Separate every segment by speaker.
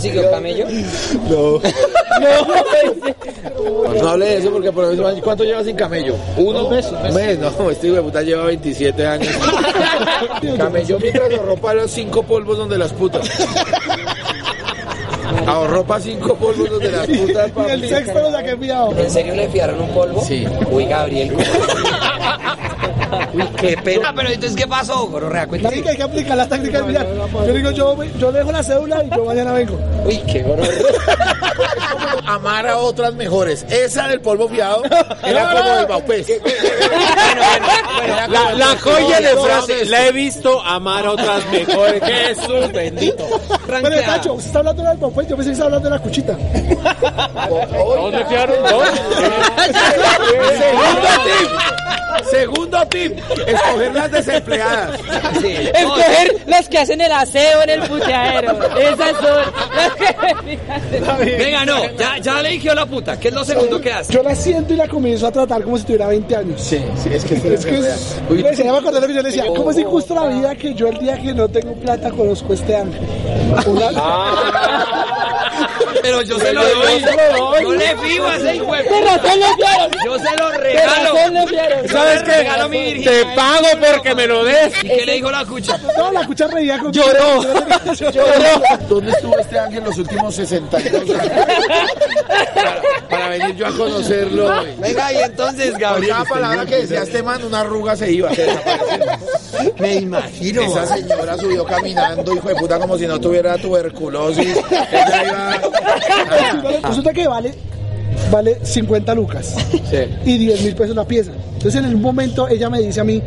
Speaker 1: sido camello?
Speaker 2: No. No hable de eso porque por lo menos, ¿cuánto llevas sin camello?
Speaker 1: Uno mes, un
Speaker 2: Un mes, no, este hijo de puta lleva 27 años. Camelló mientras ahorró para los cinco polvos donde las putas. Ahorró para cinco polvos donde las putas.
Speaker 3: Y el
Speaker 2: papi.
Speaker 3: sexto lo saqué fiado.
Speaker 1: ¿En serio le fiaron un polvo?
Speaker 2: Sí.
Speaker 1: Uy, Gabriel. Uy, qué pena. Pero entonces, ¿qué pasó, Gonorrea? Cuéntame.
Speaker 3: Marica, hay que aplicar las tácticas del billar. Yo digo, yo, yo dejo la cédula y yo mañana vengo.
Speaker 1: Uy, qué gonorrea.
Speaker 2: Amar a otras mejores. Esa del polvo fiado era como el Baupés.
Speaker 4: La, la joya de frase, la he visto amar a otras mejores. Jesús bendito.
Speaker 3: Pero Tacho, usted está hablando del papel, yo pensé que estaba hablando de la cuchita.
Speaker 4: ¿Dónde fiaron?
Speaker 2: Segundo tip. Segundo tip. Escoger las desempleadas.
Speaker 1: Sí.
Speaker 5: Escoger las que hacen el aseo en el puteadero. Esas son las que...
Speaker 1: Venga, no, ya, ya le dije a la puta. ¿Qué es lo segundo que hace?
Speaker 3: Yo la siento y la comienzo a tratar como si tuviera 20 años.
Speaker 2: Sí, sí, es que
Speaker 3: Es que es, yo le decía, ya me acordé lo que yo le decía, ¿cómo es injusto la vida que yo el día que no tengo plata conozco este ángel? Una-
Speaker 1: Pero yo se lo doy. Yo le fijo a ese hijo de puta.
Speaker 5: razón los vieron!
Speaker 1: Yo se lo
Speaker 5: ¡De razón
Speaker 1: regalo.
Speaker 5: los vieron!
Speaker 4: ¿Sabes
Speaker 1: Te
Speaker 4: qué?
Speaker 1: regalo mi virginidad.
Speaker 4: Te pago porque me lo des.
Speaker 1: ¿Y qué le dijo la cucha?
Speaker 3: No, la cucha reía con...
Speaker 4: Lloró.
Speaker 2: ¿Dónde estuvo este ángel los últimos 62 años? Para, para venir yo a conocerlo.
Speaker 1: Venga, y entonces,
Speaker 2: Por
Speaker 1: Gabriel.
Speaker 2: cada palabra que decía este man, una arruga se iba. se desaparecía.
Speaker 1: Me imagino.
Speaker 2: Esa señora subió caminando, hijo de puta, como si no tuviera tuberculosis. Ella iba-
Speaker 3: Resulta que vale, vale 50 lucas y 10 mil pesos la pieza. Entonces en un momento ella me dice a mí,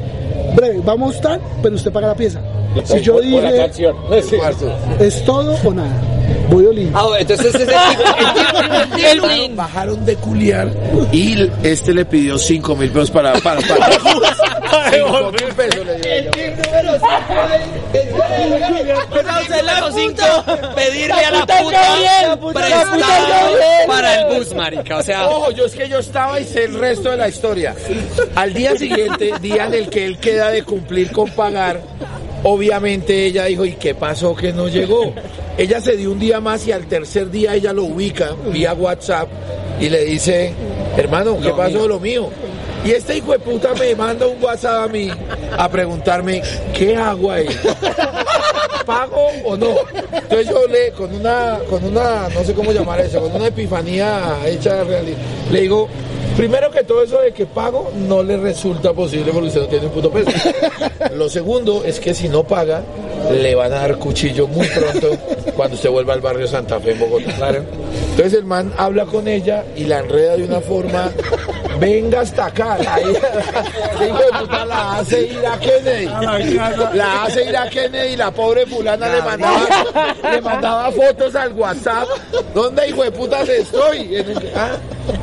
Speaker 3: breve, vamos tal, pero usted paga la pieza. Si yo dije,
Speaker 2: Cuarto.
Speaker 3: es todo o nada, voy olimpio.
Speaker 1: Ah, bueno, entonces ese tipo. El tipo. El
Speaker 2: Bajaron de culiar y este le pidió 5 mil pesos para... para, para. Cinco mil pesos le dio.
Speaker 1: los cinco, pedirle a la
Speaker 5: puta es Gabriel,
Speaker 1: puta
Speaker 5: la puta- la puta es
Speaker 1: prestado
Speaker 5: Gabriel.
Speaker 1: para el bus, marica. O sea,
Speaker 2: Ojo, yo es que yo estaba y sé el resto de la historia. Al día siguiente, día en el que él queda de cumplir con pagar, obviamente ella dijo, ¿y qué pasó que no llegó? Ella se dio un día más y al tercer día ella lo ubica vía WhatsApp y le dice, hermano, ¿qué pasó lo mío? Y este hijo de puta me manda un WhatsApp a mí a preguntarme, ¿qué hago ahí? pago o no. Entonces yo le, con una, con una, no sé cómo llamar eso, con una epifanía hecha realidad, le digo, primero que todo eso de que pago no le resulta posible porque usted no tiene un puto peso. Lo segundo es que si no paga, le van a dar cuchillo muy pronto cuando usted vuelva al barrio Santa Fe en Bogotá. Entonces el man habla con ella y la enreda de una forma. Venga hasta acá. La hija- hijo de puta la hace ir a Kennedy. La hace ir a Kennedy y la pobre fulana le mandaba, le mandaba fotos al WhatsApp. ¿Dónde hijo de putas estoy? En el- ah.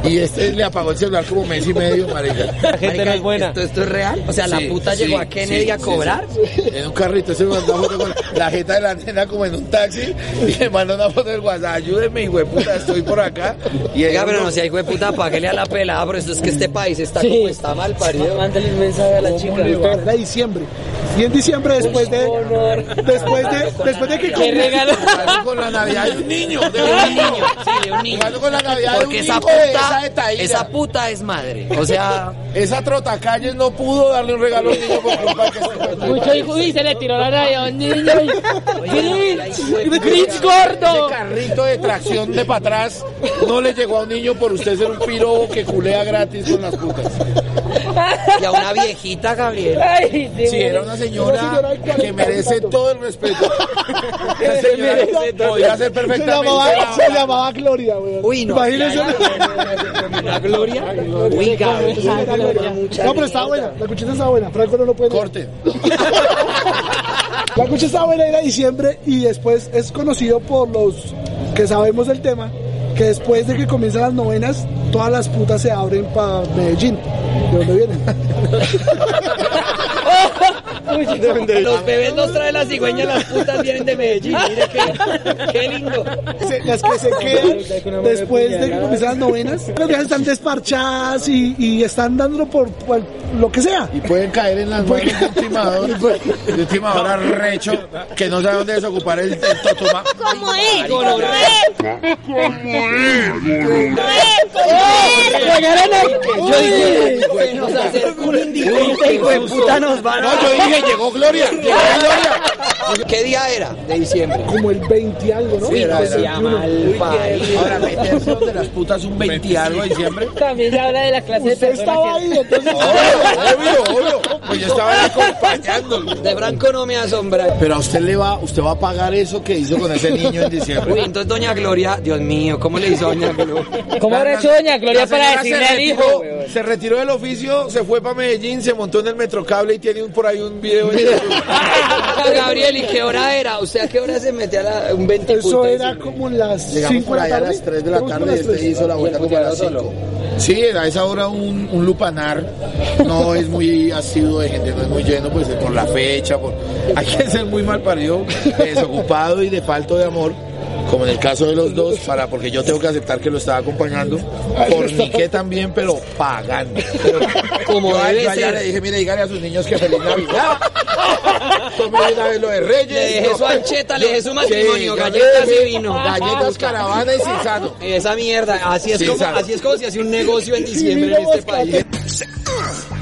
Speaker 2: Y este le apagó el celular como mes y medio, marica.
Speaker 4: La gente no es buena.
Speaker 1: ¿esto, esto es real? O sea, la
Speaker 2: Sí,
Speaker 1: puta
Speaker 2: sí,
Speaker 1: llegó a Kennedy
Speaker 2: sí,
Speaker 1: a
Speaker 2: sí,
Speaker 1: cobrar.
Speaker 2: sí. En un carrito, se mandó foto con la jeta de la nena como en un taxi y le mandó una foto del WhatsApp. Ayúdeme, hijo de puta, estoy por acá. Y
Speaker 1: Venga,
Speaker 2: ella
Speaker 1: pero
Speaker 2: no-
Speaker 1: no sea hijo de puta, páguele a la pelada, pero esto es que este país está como está mal parido.
Speaker 5: Mándale un mensaje a la chica.
Speaker 3: Era diciembre. Y en diciembre después de... Después de, después de que...
Speaker 5: ¡Qué regalo!
Speaker 2: Jugando con la Navidad de un niño, de un niño.
Speaker 1: Sí, de un niño.
Speaker 2: Jugando con la Navidad de
Speaker 1: Porque
Speaker 2: un
Speaker 1: esa
Speaker 2: hijo de esa
Speaker 1: puta,
Speaker 2: detaína.
Speaker 1: esa puta es madre. O sea,
Speaker 2: Esa trotacalle no pudo darle un regalo a un niño por culpa que se
Speaker 5: Mucho hijo y se le tiró la raya a un niño. y- ¡Grinch! ¡Grinch
Speaker 2: Ese
Speaker 5: gordo!
Speaker 2: carrito de tracción de para atrás no le llegó a un niño por usted ser un pirobo que culea gratis con las putas.
Speaker 1: y a una viejita, Gabriel.
Speaker 5: Ay, sí,
Speaker 2: Sí, era una
Speaker 3: Una señora
Speaker 2: señora
Speaker 3: de 40
Speaker 2: que merece todo el respeto. Esa señora
Speaker 3: merece todo.
Speaker 2: podía ser
Speaker 3: Se
Speaker 2: perfectamente.
Speaker 3: llamaba, se
Speaker 2: brava.
Speaker 3: llamaba Gloria, weón.
Speaker 1: Uy, no.
Speaker 3: Imagínense.
Speaker 1: La gloria. Uy, Gabriel.
Speaker 3: No, pero estaba buena. La cuchita estaba buena. Franco no lo puede. negar.
Speaker 2: Corte.
Speaker 3: La cuchita estaba buena, era diciembre y después es conocido por los que sabemos del tema que después de que comienzan las novenas, todas las putas se abren para Medellín. ¿De dónde vienen?
Speaker 1: Los bebés los trae la cigüeña, las putas vienen de Medellín. Mire qué, qué lindo.
Speaker 3: Se- las que se quedan después de que comienzan las novenas, pues las viejas están desparchadas y, y están dándolo por, por lo que sea.
Speaker 2: Y pueden caer en las manos de un timador, de un timador arrecho que no sabe dónde desocupar el, el totoma.
Speaker 6: ¿Cómo es? ¿Cómo es? ¿Cómo es? Oh, ¿Cómo es?
Speaker 5: Llegaron ahí.
Speaker 1: Yo dije, "Güey, nos acerca un indigente, hijo de puta, nos van
Speaker 2: No, yo
Speaker 1: a...
Speaker 2: dije, llegó Gloria, llegó Gloria.
Speaker 1: ¿Qué día era? De diciembre. Pues
Speaker 3: Como el 20 algo, ¿no?
Speaker 1: Era,
Speaker 2: era.
Speaker 1: era. Mal parido.
Speaker 2: Ahora, meterse donde las putas un 20 algo de diciembre.
Speaker 5: También ya habla de la clase de
Speaker 3: Usted estaba
Speaker 5: personas
Speaker 3: ahí, entonces.
Speaker 2: Obvio, Oh, obvio, obvio. Pues yo estaba ahí acompañándolo.
Speaker 1: De Branco no me asombra.
Speaker 2: Pero a usted le va, usted va a pagar eso que hizo con ese niño en diciembre.
Speaker 1: Uy, entonces Doña Gloria, Dios mío, ¿cómo le hizo Doña Gloria?
Speaker 5: que- ¿Cómo habrá hecho Doña Gloria para decirle al hijo? weón?
Speaker 2: Se retiró del oficio, se fue para Medellín, se montó en el Metrocable y tiene un- por ahí un video. en YouTube.
Speaker 1: Gabriel, ¿y qué hora era? ¿Usted a qué hora se metió a la, un 20
Speaker 3: Eso
Speaker 1: punto?
Speaker 3: era como las
Speaker 2: Llegamos
Speaker 3: 5
Speaker 2: por
Speaker 3: de la
Speaker 2: allá a
Speaker 3: tarde.
Speaker 2: las 3 de la
Speaker 3: Llegamos
Speaker 2: tarde y
Speaker 3: como a las
Speaker 2: este
Speaker 3: 3.
Speaker 2: hizo la vuelta como a las 5. Sí, a esa hora un, un lupanar no es muy asiduo de gente, no es muy lleno, pues por la fecha. Por... Hay que ser muy mal parido, desocupado y de falto de amor. Como en el caso de los dos, para porque yo tengo que aceptar que lo estaba acompañando, forniqué también, pero pagando.
Speaker 1: Como
Speaker 2: yo, a-
Speaker 1: debe
Speaker 2: yo allá
Speaker 1: ser.
Speaker 2: le dije, mire, dígale a sus niños que feliz Navidad. Tome una vez lo de Reyes.
Speaker 1: Le dejé
Speaker 2: no.
Speaker 1: su ancheta, le dejé su matrimonio,
Speaker 2: Sí, yo
Speaker 1: galletas
Speaker 2: le
Speaker 1: y
Speaker 2: dejé
Speaker 1: vino.
Speaker 2: Galletas, caravana y sisano.
Speaker 1: Esa mierda, así es,
Speaker 2: Sí,
Speaker 1: como,
Speaker 2: sabe.
Speaker 1: así es como si hacía un negocio en diciembre en
Speaker 3: mira,
Speaker 1: este
Speaker 3: Oscar,
Speaker 1: país.